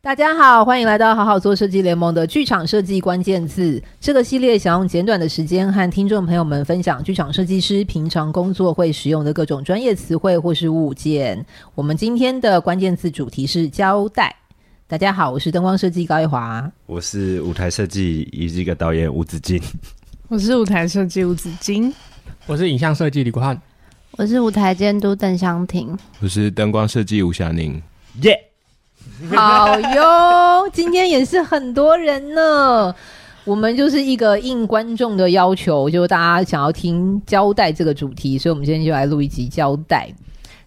大家好，欢迎来到好好做设计联盟的剧场设计关键字。这个系列想用简短的时间和听众朋友们分享剧场设计师平常工作会使用的各种专业词汇或是物件。我们今天的关键字主题是胶带。大家好，我是灯光设计高一华。我是舞台设计以及一个导演吴子敬。我是舞台设计吴子金，我是影像设计李国汉，我是舞台监督邓湘婷，我是灯光设计吴霞宁，耶、好哟，今天也是很多人呢。我们就是一个应观众的要求，就大家想要听胶带这个主题，所以我们今天就来录一集胶带。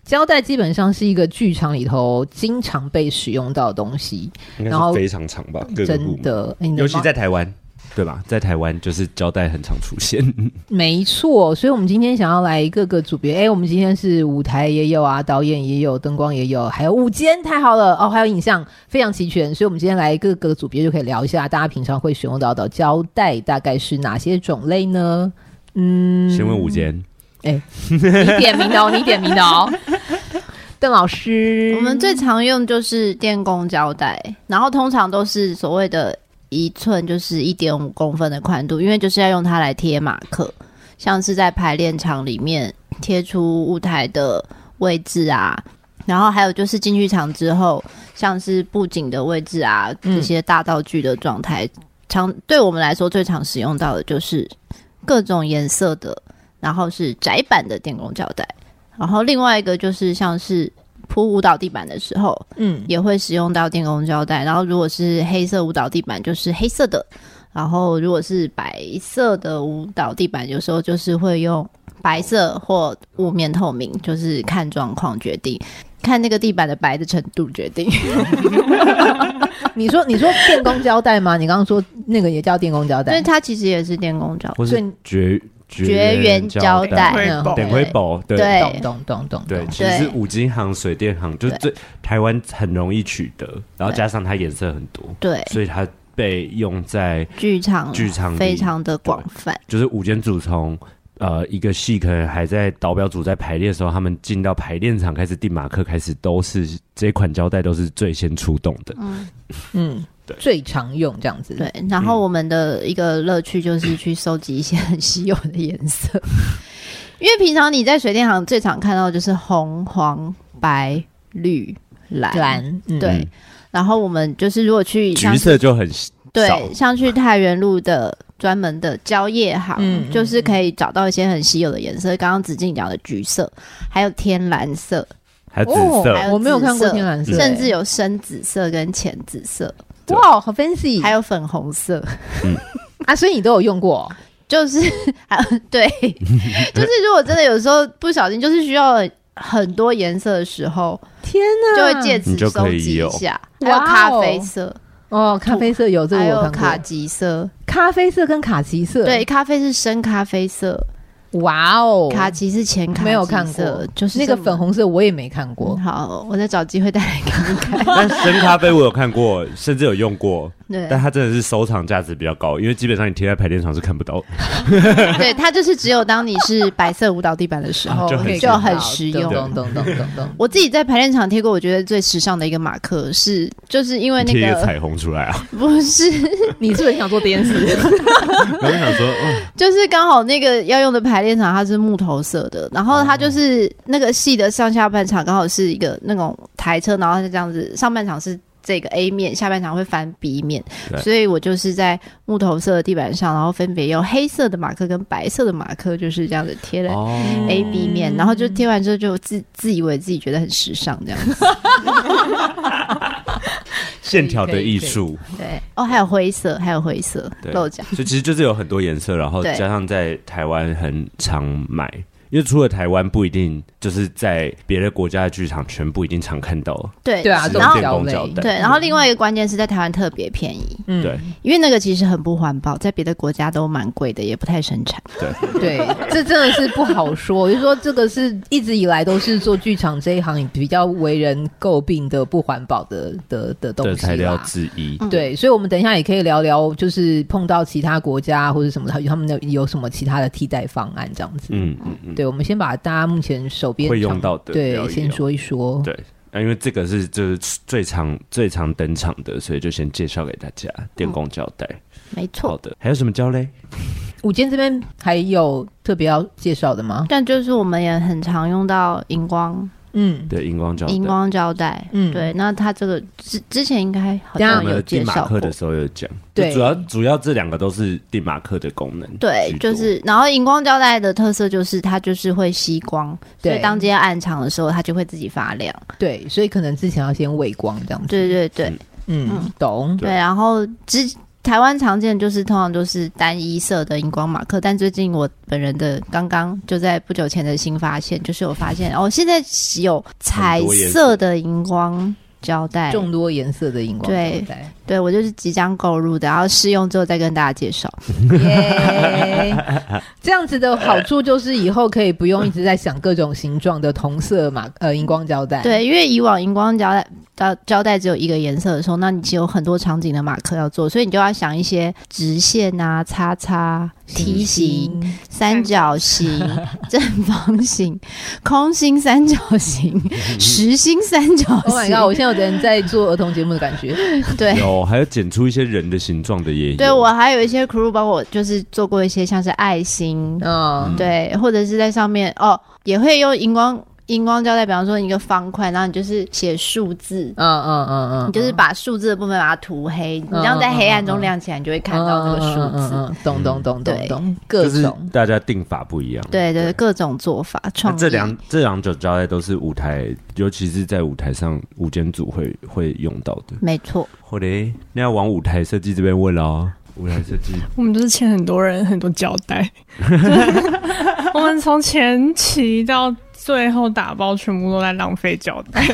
胶带基本上是一个剧场里头经常被使用到的东西，应该然后是非常长吧，各个部真门，的，哎你的嗯尤其猫在台湾，对吧？在台湾就是胶带很常出现，没错，所以我们今天想要来各个组别。哎、我们今天是舞台也有啊，导演也有，灯光也有，还有舞间，太好了哦，还有影像，非常齐全。所以，我们今天来各个组别就可以聊一下，大家平常会使用到的胶带大概是哪些种类呢？嗯，先问吴坚，你点名的哦，你点名的哦，邓老师，我们最常用就是电工胶带，然后通常都是所谓的一寸，就是一点五公分的宽度，因为就是要用它来贴马克，像是在排练场里面贴出舞台的位置啊，然后还有就是进剧场之后，像是布景的位置啊，嗯这些大道具的状态，常对我们来说最常使用到的就是各种颜色的，然后是窄版的电工胶带，然后另外一个就是像是铺舞蹈地板的时候，嗯，也会使用到电工胶带。然后如果是黑色舞蹈地板，就是黑色的；然后如果是白色的舞蹈地板，有时候就是会用白色或雾面透明，就是看状况决定，看那个地板的白的程度决定。你说你说电工胶带吗？你刚刚说那个也叫电工胶因带，为它其实也是电工胶，或所是以你绝绝缘胶带对会等会宝，对对懂懂懂懂对，懂，其实是五金行、水电行，就是最台湾很容易取得，然后加上它颜色很多，对，所以它被用在剧场剧场里非常的广泛。就是五间组从呃一个戏可能还在导表组在排练的时候，他们进到排练场开始定马克开始，都是这款胶带都是最先出动的。嗯，对最常用这样子，对，然后我们的一个乐趣就是去收集一些很稀有的颜色， 因为平常你在水电行最常看到的就是红、黄、白、绿、蓝。蓝，嗯对，嗯然后我们就是如果去像橘色就很少对，像去太原路的专门的蕉叶行，嗯就是可以找到一些很稀有的颜色。刚刚子静讲的橘色，还有天蓝色，还有紫还色，有哦我没有看过紫色天蓝色，甚至有深紫色跟浅紫色，哇，好 fancy，还有粉红色。啊，所以你都有用过，就是 啊， 对，就是如果真的有时候不小心，就是需要很多颜色的时候，天就会借此你就收可以集一有下。还哇有哦咖啡色，哦，咖啡色有这个还我有看卡过，其色，咖啡色跟卡其色，对，，咖啡是深咖啡色，哇哦，卡其是浅卡其色，没有看过，就是那这个么粉。红色我也没看过嗯，好，我再找机会带来 看一看。但深咖啡我有看过，甚至有用过，但哎对，它真的是收藏价值比较高，因为基本上你贴在排练场是看不到。对，它就是只有当你是白色舞蹈地板的时候，啊哦就很可以实就看很到实懂用。懂懂懂懂 懂。我自己在排练场贴过，我觉得最时尚的一个马克是，就是因为你那贴一个个彩虹出来啊！ 不是你是不是很想做电视？我就想说，哦就是刚好那个要用的排练场，它是木头色的，然后它就是哦那个戏的上下半场刚好是一个那种台车，然后它就这样子，上半场是这个 A 面，下半场会翻 B 面，对所以我就是在木头色的地板上，然后分别用黑色的马克跟白色的马克，就是这样子贴了。哦， A、B 面，然后就贴完之后就自自以为自己觉得很时尚这样子，线条的艺术，对。哦，还有灰色，还有灰色对漏 讲，所以其实就是有很多颜色，然后对加上在台湾很常买，因为除了台湾不一定就是在别的国家的剧场全部一定常看到，对对啊，是都然后电胶工类胶带对，然后另外一个关键是在台湾特别便宜，嗯对因为那个其实很不环保，在别的国家都蛮贵的，也不太生产。对，对，这真的是不好说。我就说这个是一直以来都是做剧场这一行比较为人诟病的不环保的的的东这西啊材料啦。之一。嗯对，所以，我们等一下也可以聊聊，就是碰到其他国家或者什么，他他们的有什么其他的替代方案这样子。嗯嗯嗯，对，我们先把大家目前手边会常用到的对聊一先聊说一说。对，那、因为这个是就是最常最常登场的，所以就先介绍给大家电工胶带。嗯没好错。的，还有什么胶嘞？午间这边还有特别要介绍的吗？但就是我们也很常用到荧光嗯对，荧光胶带。荧光胶带，嗯，对，那它这个之之前应该好等一下像我啊有们介定马绍过克，的时候有讲，对就主要主要这两个都是定马克的功能。对，居多就是，然后荧光胶带的特色就是它就是会吸光，所以对当今天暗场的时候，它就会自己发亮。对，所以可能之前要先喂光这样子。对对对嗯嗯嗯，懂。对，然后之台湾常见就是通常就是单一色的荧光马克，但最近我本人的刚刚就在不久前的新发现，就是有发现哦，现在有彩色的荧光胶带，众多颜色的荧光对胶带对我就是即将购入的，然后试用之后再跟大家介绍。耶！ 这样子的好处就是以后可以不用一直在想各种形状的同色马呃荧光胶带。对，因为以往荧光胶带胶胶带只有一个颜色的时候，那你其实有很多场景的马克要做，所以你就要想一些直线啊、叉叉、梯形。三角 形、正方形、空心三角 形、实心三角形。 ，Oh my god！我现在有点在做儿童节目的感觉。对有，还有剪出一些人的形状的也有。对，我还有一些 crew 帮我就是做过一些像是爱心，嗯，对，或者是在上面哦，也会用荧光荧光胶带，比方说一个方块，然后你就是写数字。嗯嗯嗯嗯，你就是把数字的部分把它涂黑，你这样在黑暗中亮起来，你就会看到这个数嗯嗯嗯字。嗯嗯懂懂懂懂对懂，各就是种。大家定法不一样。对对，各种做法那创意。这两这两种胶带都是舞台，尤其是在舞台上舞间组会会用到的。没错，或者那要往舞台设计这边问哦。 舞台设计，我们就是欠很多人很多胶 带，我们从前期到最后打包，全部都在浪费胶带。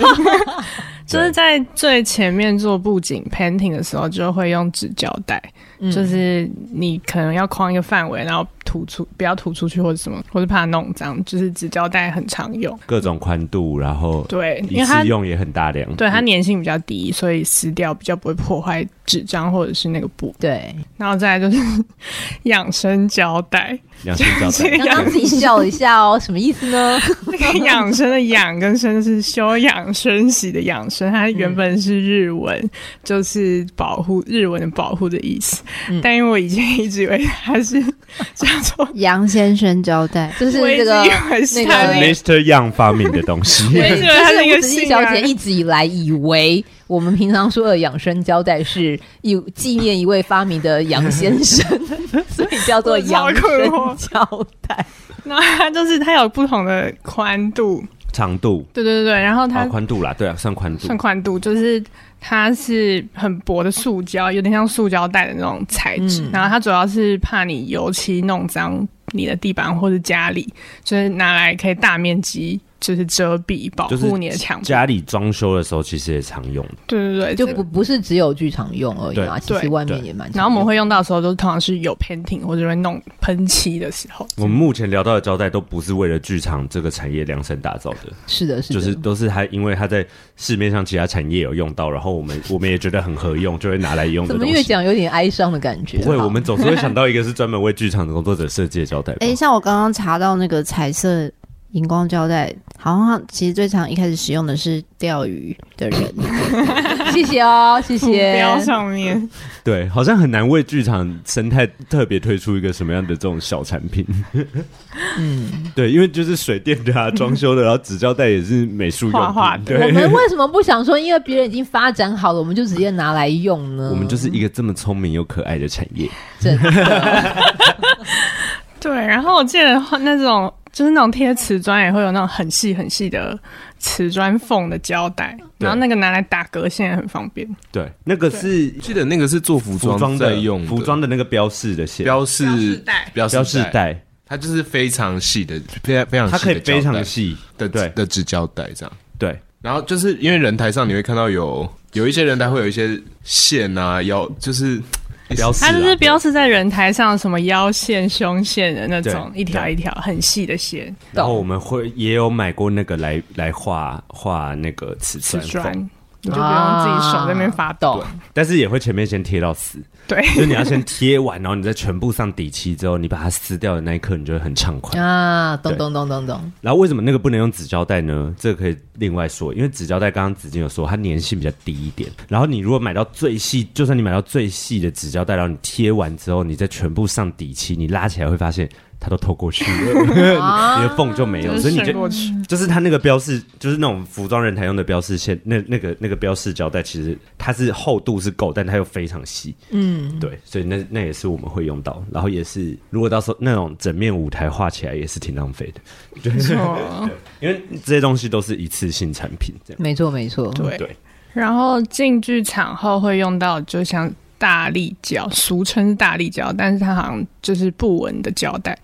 就是在最前面做布景 painting 的时候，就会用纸胶带，嗯就是你可能要框一个范围，然后突出不要突出去或者什么，我是怕弄脏，就是纸胶带很常用。各种宽度，然后对，因一为它次用也很大量。对它粘性比较低，所以撕掉比较不会破坏纸张或者是那个布。对，然后再来就是 养生胶 带，两层胶 带，刚刚自己笑了一下哦，什么意思呢？那个养生的养跟生是休养生息的养生，它原本是日文，就是保护日文的保护的意思。嗯但因为我以前一直以为它是 叫做，杨先生胶带。就是我一这直个以为是它那个那个。 Mr. Young 发明的东西我。一直以为它就是一吴个子怡姓小啊姐一直以来以为我们平常说的养生胶带是有纪念一位发明的杨先生， 所以叫做养生胶带。然后它就是它有不同的宽度， 长度对对对，然后哦它啊，宽度啦，对啊，算宽度算。宽度，就是它是很薄的塑胶，有点像塑胶袋的那种材质。嗯然后它主要是怕你油漆弄脏你的地板或者家里，就是拿来可以大面积就是遮蔽保就是护你的墙壁。家里装修的时候其实也常用，对对对，就这个不不是只有剧场用而已嘛，其对实外面对也蛮常用。然后我们会用到的时候，都通常是有 painting 或者会弄喷漆的时候。我们目前聊到的胶带都不是为了剧场这个产业量身打造的，是的，是就的，是都是它因为它在市面上其他产业有用到，然后我们我们也觉得很合用，就会拿来用的怎么东越西。讲有点哀伤的感觉？啊不会，好我们总是会想到一个是专门为剧场的工作者设计的胶带吧。哎、像我刚刚查到那个彩色荧光胶带，好像其实最常一开始使用的是钓鱼 的人。 谢谢哦，谢目谢。标上面，对，好像很难为剧场生态特别推出一个什么样的这种小产品。 嗯，对，因为就是水电的啊，装修的，然后纸胶带也是美术用画品画的我对，们为什么不想说，因为别人已经发展好了，我们就直接拿来用呢？我们就是一个这么聪明又可爱的产业。真 的对。然后我记得那种就是那种贴瓷砖也会有那种很细很细的瓷砖缝的胶带，对然后那个拿来打嗝现在很方便。对，那个是记得那个是做服服装装在的用服装的那个标示的线，标示标示带标标示，带，它就是非常细的，非常非常它可以细的胶带非常细的对的纸胶带这样。对，然后就是因为人台上你会看到有有一些人台会有一些线啊，腰就是标示它啊，就是标示在人台上什么腰线、胸线的那种，对一条一条很细的线，然后我们会也有买过那个来来画画那个瓷瓷砖缝，砖。你就不用自己手在那边发抖。但是也会前面先贴到死，对，就是你要先贴完，然后你再全部上底漆之后，你把它撕掉的那一刻，你就会很畅快。啊，对懂懂懂懂懂，然后为什么那个不能用纸胶带呢？这个可以另外说，因为纸胶带刚刚子金有说它粘性比较低一点。然后你如果买到最细，就算你买到最细的纸胶带，然后你贴完之后，你再全部上底漆，你拉起来会发现它都透过去了，你的缝就没有，啊就所是以你伸就过去，就是它那个标示，就是那种服装人台用的标示线，那那个那个标示胶带，其实它是厚度是够，但它又非常细，嗯，对，所以那那也是我们会用到，然后也是如果到时候那种整面舞台画起来也是挺浪费的，没错， 因为这些东西都是一次性产品，这样没错没错，对对。然后进剧场后会用到，就像大力胶，俗称是大力胶，但是它好像就是不纹的胶带，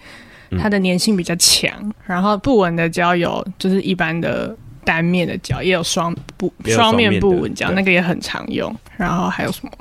嗯它的粘性比较强。然后不纹的胶有就是一般的单面的胶，也有双不也有双面的面不纹胶，对那个也很常用。然后还有什么？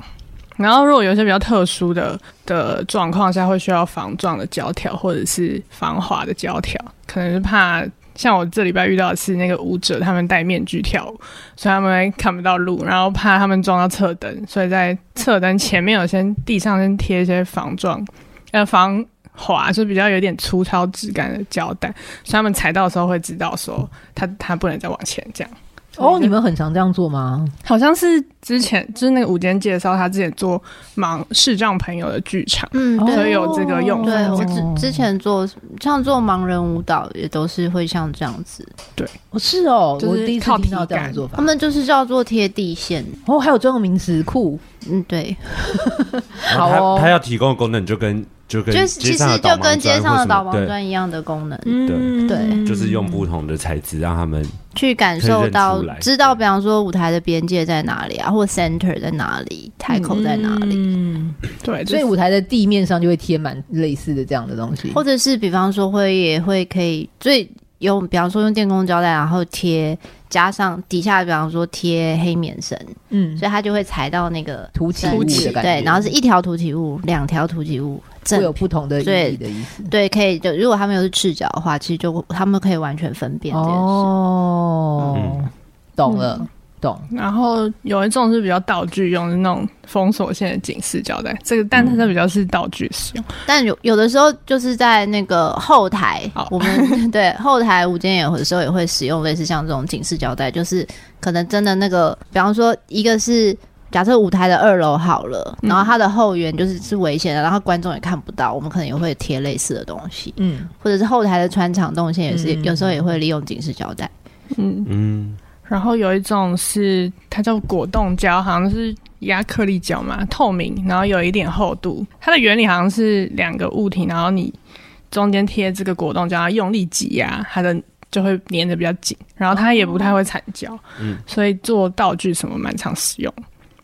然后如果有一些比较特殊的的状况下，会需要防撞的胶条或者是防滑的胶条，可能是怕。像我这礼拜遇到的是那个舞者，他们戴面具跳舞，所以他们会看不到路，然后怕他们撞到侧灯，所以在侧灯前面有先地上先贴一些防撞，呃防滑，就比较有点粗糙质感的胶带，所以他们踩到的时候会知道说他他不能再往前这样。哦，你们很常这样做吗？好像是之前就是那个午间介绍他之前做盲视障朋友的剧场，嗯，哦所对以有这个用法。对，我哦之之前做像做盲人舞蹈也都是会像这样子，哦，是哦，就是我第一次靠听到体这样的感做他法。们就是叫做贴地线。哦，还有专用名词库，嗯，对，然后它好哦它要提供的功能就跟就跟就是街其上的实导就盲跟街上的导砖或盲什么砖一样的功能，嗯对对，就是用不同的材质让他们去感可以受认到出来知道，比方说舞台的边界在哪里啊，或 center 在哪里，台口在哪里，嗯，对，就所以是舞台的地面上就会贴满类似的这样的东西，或者是比方说会也会可以，所以用比方说用电工胶带，然后贴加上底下比方说贴黑棉绳，嗯，所以它就会踩到那个凸起绳物子的感觉，对，然后是一条凸起物，两条凸起物，会有正不同的意对义的意思。对可以就如果他们又是赤脚的话，其实就他们可以完全分辨这件事。哦，嗯懂了，懂。然后有一种是比较道具用，是那种封锁线的警示胶带，这个但它这比较是道具使用。但有有的时候就是在那个后台好，我们 对后台午间也有的时候也会使用类似像这种警示胶带，就是可能真的那个，比方说一个是。假设舞台的二楼好了，嗯然后它的后缘就是是危险的，然后观众也看不到，我们可能也会贴类似的东西，嗯，或者是后台的穿场动线也是，嗯有时候也会利用警示胶带。嗯，嗯然后有一种是它叫果冻胶，好像是亚克力胶嘛，透明，然后有一点厚度。它的原理好像是两个物体，然后你中间贴这个果冻胶，然后用力挤压，它的就会粘的比较紧，然后它也不太会产胶，嗯所以做道具什么蛮常使用。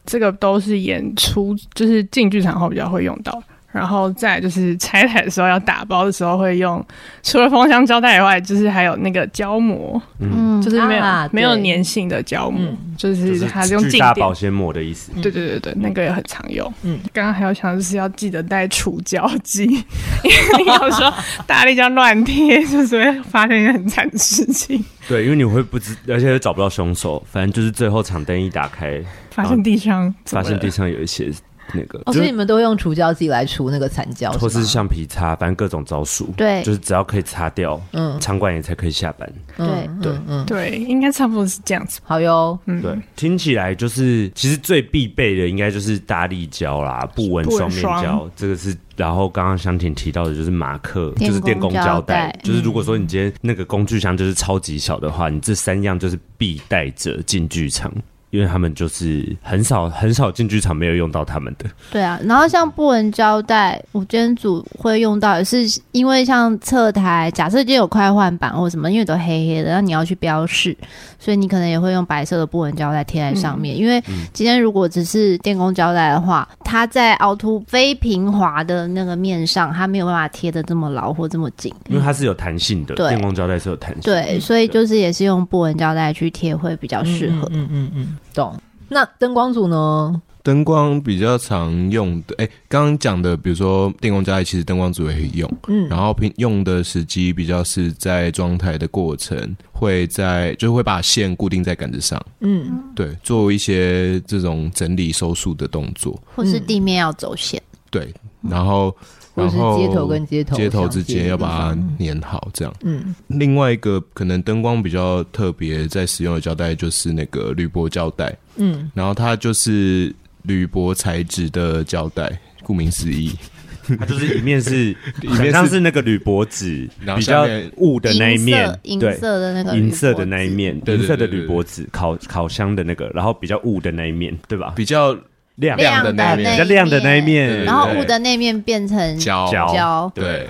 这个都是演出，就是进剧场后比较会用到。然后再来就是拆台的时候要打包的时候会用，除了封箱胶带以外，就是还有那个胶膜，嗯，嗯，就是没有、啊没有对嗯粘性的胶膜，就是就是它是用巨静大保电。鲜膜的意思。对对对对，那个也很常用。嗯嗯，刚刚还有想就是要记得带除胶剂， 因为你有时候大力这样乱贴，就是会发生一件很惨的事情， 对，因为你会不知，而且又找不到凶手，反正就是最后场灯一打开，发生地上，发现地上有一些那个，哦，就所以你是们都用除胶剂来除那个残胶，或是是吗橡皮擦，反正各种招数，对就是只要可以擦掉，嗯场馆也才可以下班。对嗯嗯嗯，对，应该差不多是这样子。好哟，嗯，对，听起来就是其实最必备的应该就是大力胶啦、不纹双面不纹胶霜，这个是。然后刚刚香婷提到的就是马克，电就是电工胶带工胶带，就是如果说你今天那个工具箱就是超级小的话，你这三样就是必带着进剧场。因为他们就是很少很少进剧场没有用到他们的，对啊，然后像布纹胶带，午间组会用到，也是因为像侧台，假设今天有快换板或什么，因为都黑黑的，那你要去标示，所以你可能也会用白色的布纹胶带贴在上嗯面。因为今天如果只是电工胶带的话，它在凹凸非平滑的那个面上，它没有办法贴的这么牢或这么紧。因为它是有弹性的，对电工胶带是有弹性的。对，所以就是也是用布纹胶带去贴会比较适合。嗯嗯嗯嗯，懂。那灯光组呢？灯光比较常用的，哎、刚刚讲的，比如说电工家里，其实灯光组也会用，嗯然后平用的时机比较是在装台的过程，会在就是会把线固定在杆子上，嗯，对，做一些这种整理收束的动作，或是地面要走线，对，然后或然是后街头跟街嗯头街头相之接的间要地把它方粘好，这样。嗯另外一个可能灯光比较特别在使用的胶带就是那个铝箔胶带，嗯，然后它就是铝箔材质的胶带，顾名思义， 它就是一面 是里想面象是是那个铝箔纸，然后比下较面雾的那一银面色，银对，色的那个银色的那一面，对银对色的对对铝箔纸，烤烤箱的那个，然后比较雾的那一面，对吧？比较亮亮的那一面比较亮的那一，面，对然后对雾的那面变成胶胶胶，对。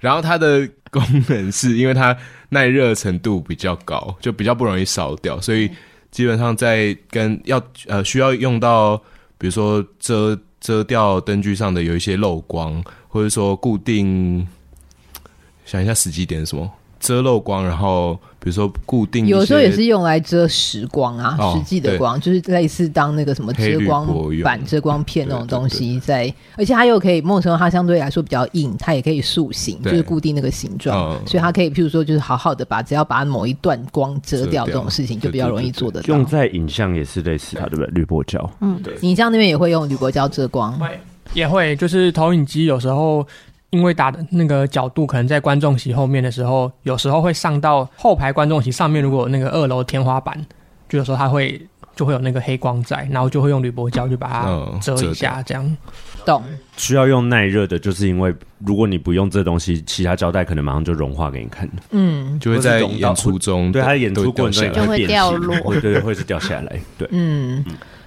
然后它的功能是因为它耐热程度比较高，就比较不容易烧掉，所哦以基本上在跟要呃需要用到，比如说遮遮掉灯具上的有一些漏光，或者说固定，想一下时机点是什么遮漏光，然后比如说固定一有时候也些是用来遮时光啊，哦实际的对光，就是类似当那个什么黑遮绿光薄用板、遮光片对那种对东西在，而且它又可以某种程度它相对来说比较硬，它也可以塑形，就对是固定那个形状，嗯所以它可以譬如说就是好好的把只要把某一段光遮遮掉这掉种事情就对比较对容对易对做得到用。在影像也是类似它，对不对？铝箔胶，嗯你像那边也会用铝箔胶遮光，会也会，就是投影机有时候因为打的那个角度，可能在观众席后面的时候，有时候会上到后排观众席上面，如果有那个二楼天花板，就有时候它会就会有那个黑光在，然后就会用铝箔胶就把它嗯遮一下，这样。懂？需要用耐热的，就是因为如果你不用这东西，其他胶带可能马上就融化给你看，嗯就会在演出中对它演出过掉程下中来也就会变掉形落嗯会对，会是掉下 来，对，嗯，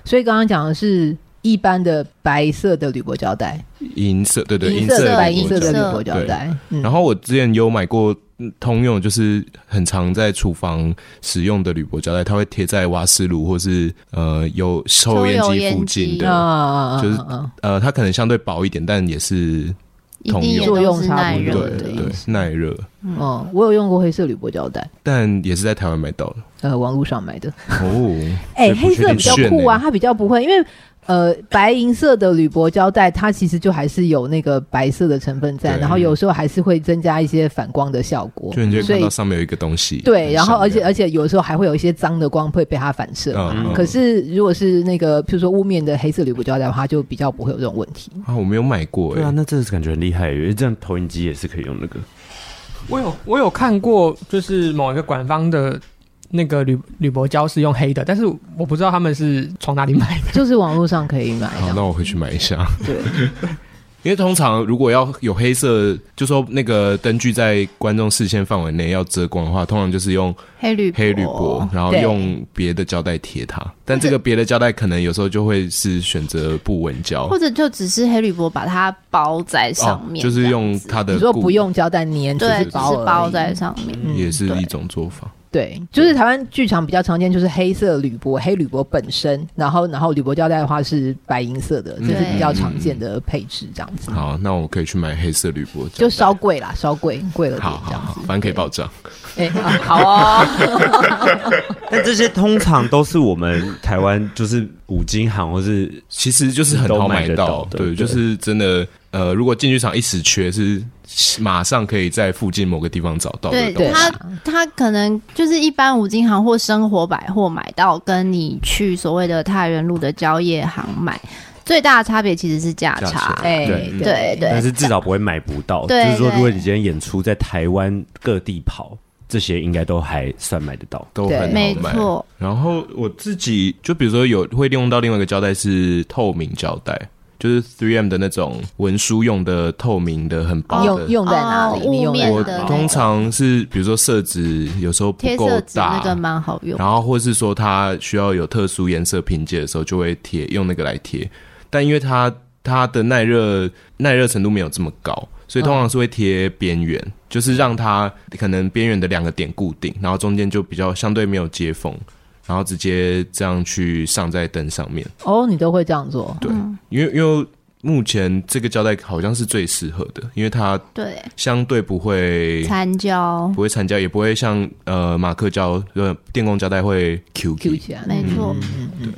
所以刚刚讲的是一般的白色的铝箔胶带，银色，对对，银色色的的铝白箔银色的胶带铝箔胶对带，嗯然后我之前有买过嗯通用，就是很常在厨房使用的铝箔胶带，它会贴在瓦斯炉或是呃有抽抽油油烟机烟附机近啊的，啊啊就是啊啊呃，它可能相对薄一点，但也是一定也作用都是差不耐多热对的意对思耐热，哦，我有用过黑色铝箔胶带，但也是在台湾买到的呃，网络上买的。哦，哎、所以不黑确定色比较炫酷啊，欸它比较不会，因为呃，白银色的铝箔胶带，它其实就还是有那个白色的成分在，对然后有时候还是会增加一些反光的效果就你就会，所看以到上面有一个东西，对，然后而且而且且有时候还会有一些脏的光会被它反射嘛。嗯，可是，如果是那个，譬如说雾面的黑色铝箔胶带的话，就比较不会有这种问题。 啊我没有买过对啊，哎，那这是感觉很厉害，因为这样投影机也是可以用那个，我有我有看过，就是某一个官方的那个铝铝箔胶是用黑的，但是我不知道他们是从哪里买的。就是网络上可以买啊好，的，那我回去买一下。哎对， 因为通常如果要有黑色，就说那个灯具在观众视线范围内要遮光的话，通常就是用黑绿黑铝箔，然后对用别的胶带贴它。但这个别的胶带可能有时候就会是选择不纹胶哦或，者就只是黑铝箔把它包在上面，就是用这样子它的你说固不用胶带粘，只对，是只是包而已包在上面。嗯也是对一种做法。对，就是台湾剧场比较常见，就是黑色铝箔、黑铝箔本身，然后然后铝箔胶带的话是白银色的，这嗯是比较常见的配置，这样子。好，那我可以去买黑色铝箔胶带，就稍贵啦，稍贵，贵了点好这好样好子，，反正可以报账。哎、 啊好哦， 但这些通常都是我们台湾就是五金行或是其实就是很都好买到，买得到的对对，就是真的。呃，如果进剧场一时缺，是马上可以在附近某个地方找到的对东对西。它它可能就是一般五金行或生活百货买到，跟你去所谓的太原路的交业行买，最大的差别其实是价价差。差哎、对对对但是至少不会买不到。就 对是说，对如果你今天演出在台湾各地跑，这些应该都还算买得到。都对很好没买。错，然后我自己就比如说有会利用到另外一个胶带是透明胶带，就是 3M 的那种文书用的透明的很薄用的。用在哪里？哦你用在雾我面的那哪个通里？常是比如说色纸有时候不贴够色纸那大个，蛮好用。然后或是说它需要有特殊颜色拼接的时候，就会贴用那个来贴。但因为它它的耐热耐热程度没有这么高，所以通常是会贴边缘，就是让它可能边缘的两个点固定，然后中间就比较相对没有接缝，然后直接这样去上在灯上面。哦，你都会这样做，对，因为因为目前这个胶带好像是最适合的，因为它对，相对不会。残胶，不会缠胶，也不会像呃马克胶、呃电工胶带会 Q Q Q 起来，没错，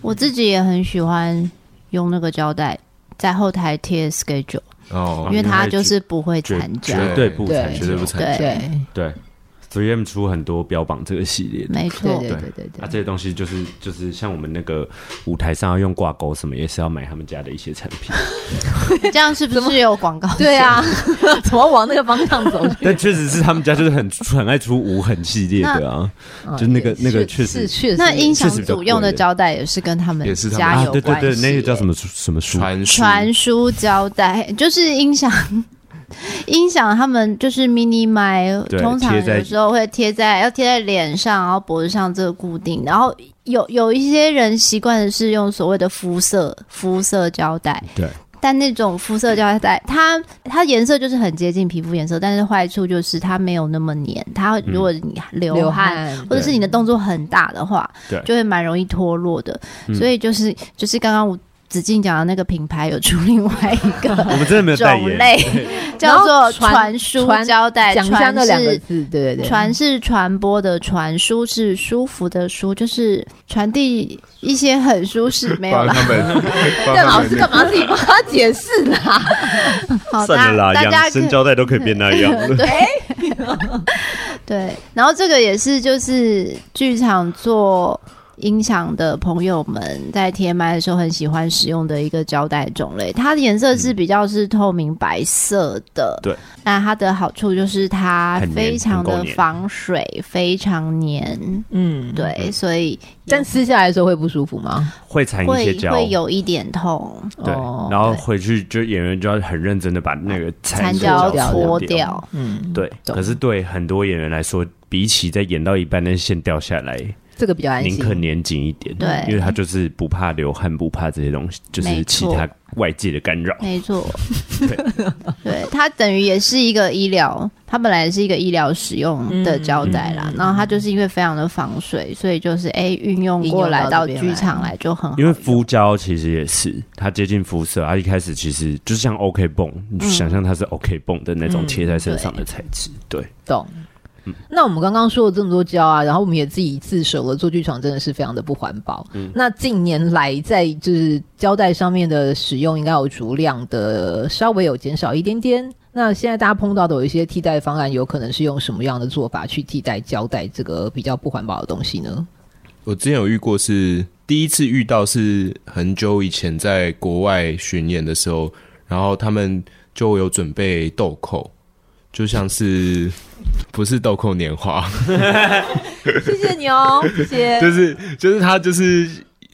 我自己也很喜欢用那个胶带在后台贴 schedule，哦因，为它就是不会绝残胶。绝对不参对绝对不惨。对，嗯对对，3M 出很多标榜这个系列的。没对错，对对对啊，对这些东西就是就是像我们那个舞台上要用挂钩什么，也是要买他们家的一些产 品。这样是不是有广 告？对啊， 怎么往那个方向 走？但确实是他们家就是很很爱出无痕系列的啊，就那个那个确是实确实，那音确响实比较组用的贵胶带也是跟他们也是他们家啊，有对对关系对，耶。那个叫什么书什么书？传输传输胶带，就是音响。 音响他们就是 mini mic，对通常贴在有时候会贴在要贴在脸上，然后脖子上这个固定。然后有有一些人习惯的是用所谓的肤色肤色胶带，对，但那种肤色胶带，它它颜色就是很接近皮肤颜色，但是坏处就是它没有那么黏。它如果你流流汗啊汗或者是你的动作很大的话，对就会蛮容易脱落的。嗯所以就是就是刚刚我子静讲的那个品牌有出另外一我个们真的没有 代种言，类，然叫后做传传输传胶带，讲一下传那两个是字，对对对，传是传播的传，输是舒服的舒，就是传递一些很舒适，没有帮啦。他们，但帮他老们师干嘛自己帮他解释啦？好，大算了啦，大家养可生胶带都可以变那样 了。对，然后这个也是就是剧场做音响的朋友们在贴麦的时候很喜欢使用的一个胶带种类，它的颜色是比较是透明白色的。对，那它的好处就是它很黏非常很够的黏防水，非常黏。嗯，对，所以但吃下来的时候会不舒服吗？会缠一些会胶，会有一点痛，对哦，然后回去就演员就要很认真的把那个残缠胶胶搓搓掉。。嗯，对，懂可是对很多演员来说，比起在演到一半那线掉下来，这个比较安宁可心。粘紧一点，对因为他就是不怕流汗，不怕这些东西，就是没其错他外界的干扰。没错，对 对，它等于也是一个医疗，它本来是一个医疗使用的胶带啦，嗯然后它就是因为非常的防水，所以就是哎运用过来到剧场来就很好因为用，敷胶其实也是，它接近肤色，啊它一开始其实就像 OK 绷，你就想象它是 OK 绷的那种嗯贴在身上的材质，对，懂。那我们刚刚说了这么多胶啊，然后我们也自己自首了，做剧场真的是非常的不环保。那近年来在就是胶带上面的使用，应该有足量的稍微有减少一点点。那现在大家碰到的有一些替代方案，有可能是用什么样的做法去替代胶带这个比较不环保的东西 呢？我之前有遇过是，第一次遇到是很久以前在国外巡演的时候，然后他们就有准备豆蔻，就像是不是豆蔻年华， 谢谢你哦，谢谢。就是就是它就是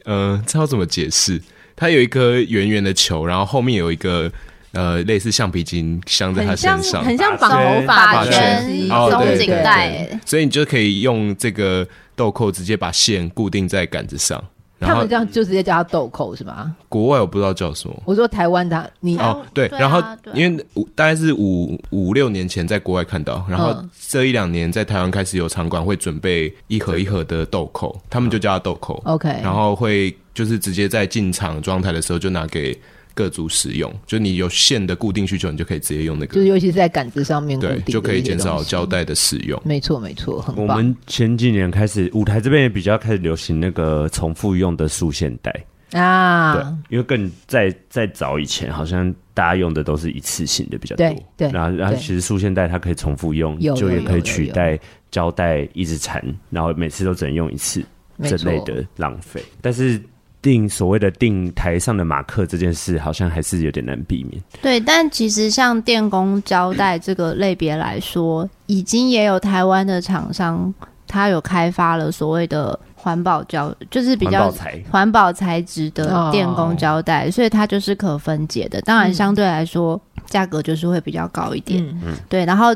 呃，这要怎么解释？它有一颗圆圆的球，然后后面有一个呃类似橡皮筋镶在它很身像上，很像绑绑头头发发的的东圈西，圈哦松对紧对带对所以你就可以用这个豆蔻直接把线固定在杆子上。然他后哦们这样就直接叫它豆蔻是吧？国外我不知道叫什么，我说台湾它你哦，对，对啊然后对啊因为五大概是五五六年前在国外看到，然后嗯这一两年在台湾开始有场馆会准备一盒一盒的豆蔻，他们就叫它豆蔻， OK，然后会就是直接在进场状态的时候就拿给各组使用，就你有线的固定需求，你就可以直接用那就是个，尤其是在杆子上面固定对的，就可以减一少些东西胶带的使用。没错没错，很我棒。们前几年开始，舞台这边也比较开始流行那个重复用的束线带，对啊，，因为更在在早以前，好像大家用的都是一次性的比较多。对对然后然后对其实束线带它可以重复用有，就有也可以有取有代胶带一直缠，然后每次都只能用一次没这错嗯类的浪费。但是定所谓的定台上的马克这件事，好像还是有点难避免。对，但其实像电工胶带这个类别来说，已经也有台湾的厂商，它有开发了所谓的环保胶，就是比环较保材环保材质的电工胶带，所以它就是可分解的。当然，相对来说、价格就是会比较高一点，嗯，对。然后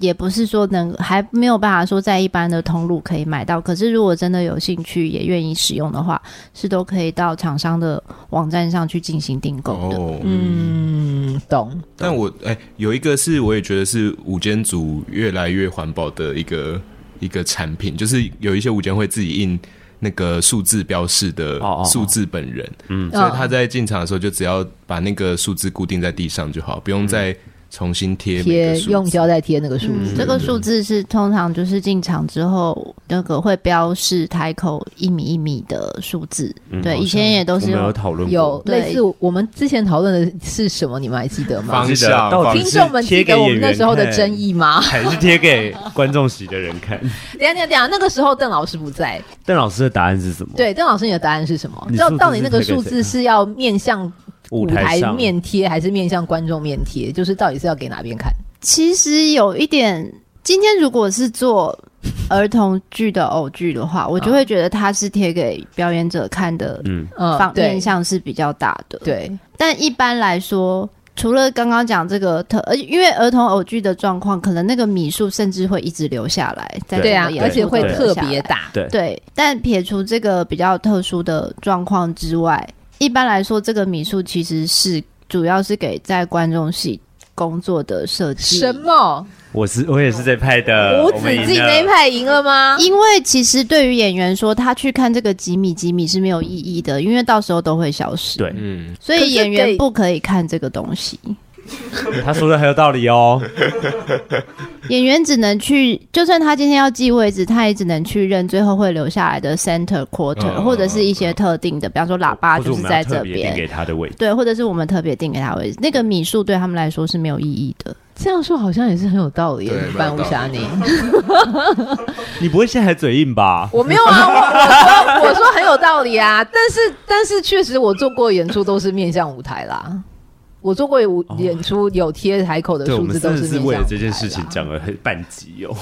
也不是说能还没有办法说在一般的通路可以买到，可是如果真的有兴趣也愿意使用的话，是都可以到厂商的网站上去进行订购的。哦，嗯，懂。但我哎、有一个是我也觉得是午间组越来越环保的一个一个产品，就是有一些午间会自己印那个数字标示的哦哦哦数字本人，嗯所以他在进场的时候就只要把那个数字固定在地上就好，不用再重新贴每个嗯贴数字用胶带贴那个数字。嗯，这个数字是通常就是进场之后那个会标示台口一米一米的数字，嗯对，好以前也都我是们用有讨论过有对类似我们之前讨论的是什么？你们还记得吗？方向到方底听向是众们贴记给得我们演那员时候的看争，议吗？ 还是贴给观众席的人 看？等一下等一下等一下，那个时候邓老师不在，邓老师的答案是什么？，对，邓老师你的答案是什么？你到数字到底那个是推给数字谁是要面向舞台上面贴，还是面向观众面贴？就是到底是要给哪边看？其实有一点，今天如果是做儿童剧的偶剧的话，我就会觉得它是贴给表演者看的啊嗯，嗯方，对面向是比较大的。，对，但一般来说。除了刚刚讲这个特，而因为儿童偶剧的状况，可能那个米数甚至会一直留下来，在对啊整个，演而且出会中留特下别来大。对，对，但撇除这个比较特殊的状况之外，一般来说，这个米数其实是主要是给在观众席工作的设计。什么？我是我也是这派的，吴呃我子们赢敬了那一派赢了吗？因为其实对于演员说，他去看这个几米几米是没有意义的，因为到时候都会消失。，对，嗯，所可是以演员对不可以看这个东西，他说的很有道理哦。演员只能去，就算他今天要记位置，他也只能去认最后会留下来的 center quarter，、嗯或者是一些特定的，比方说喇叭或者就我是们在要特这别定边。给他的位置，对，或者是我们特别定给他位置，那个米数对他们来说是没有意义的。这样说好像也是很有道理耶对，范蛮有无道理暇你。 你不会现在还嘴硬吧？我没有啊，我我说我说很有道理啊，但是但是确实我做过演出都是面向舞台啦，我做过舞哦演出有贴海口的对，我数们字都真的面向舞为台了啦这件事情讲了很半集哦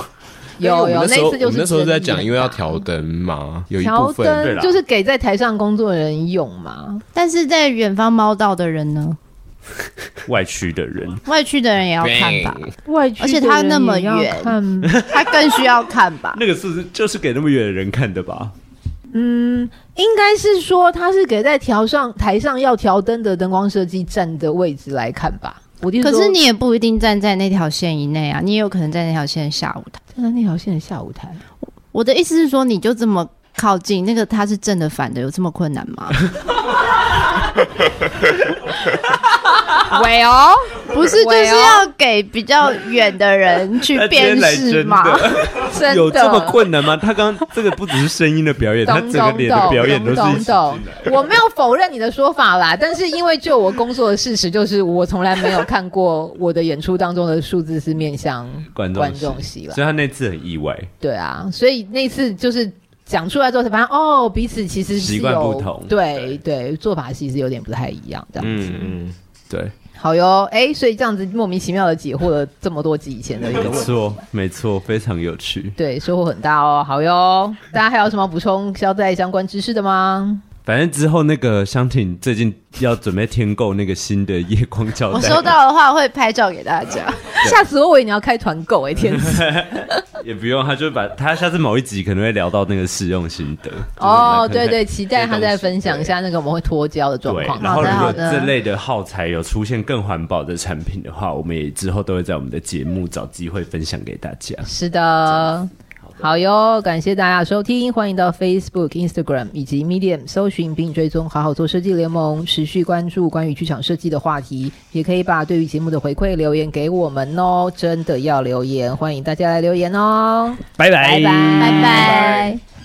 有哟。因为有我们那时候次就我是们那时候在讲，争议因为要很大调灯嘛，有一部调分灯对啦就是给在台上工作的人用嘛，但是在远方猫道的人呢， 外区的人，外区的人也要看吧，外区而且它那么远的人也要看他更需要看 吧。那个数字就是给那么远的人看的吧？嗯， 应该是说它是给在调上台上要调灯的灯光设计站的位置来看吧。我就可说是你也不一定站在那条线以内啊，你也有可能在那条线下舞台。站在那条线的下舞台，我的意思是说，你就这么靠近，那个它是正的反的，有这么困难吗？ 喂哦，不是，就是要给比较远的 人去辨识嘛。 真的有这么困难吗？他刚这个不只是声音的表演，他懂整个懂脸的懂表演都懂是一懂起懂进来。，我没有否认你的说法啦，但是因为就我工作的事实，就是我从来没有看过我的演出当中的数字是面向观众观席众席啦所。以他那次很意外，对啊，所以那次就是讲出来之后才发现，哦，彼此其实是习惯有不同对对，做法其实有点不太一样，这样。嗯嗯，对，好哟，哎，所以这样子莫名其妙的解惑了这么多集以前的一个没问题。错没错，非常有趣。对，收获很大哦，好哟！大家还有什么补充交代相关知识的吗？反正之后那个香婷最近要准备添购那个新的夜光胶带，我收到的话会拍照给大家。吓死我，我以为你要开团购哎， 天使！也不用，他就把他下次某一集可能会聊到那个试用心得。哦，就是我们来看看对对，期待他再分享一对下那个我们会脱胶的状对，况。然后好如的果好的这类的耗材有出现更环保的产品的话，我们也之后都会在我们的节目找机会分享给大家。是的，好哟，感谢大家的收听，欢迎到 Facebook、Instagram 以及 Medium 搜寻并追踪“好好做设计联盟”，持续关注关于剧场设计的话题，也可以把对于节目的回馈留言给我们哦，真的要留言，欢迎大家来留言哦。拜拜拜拜拜。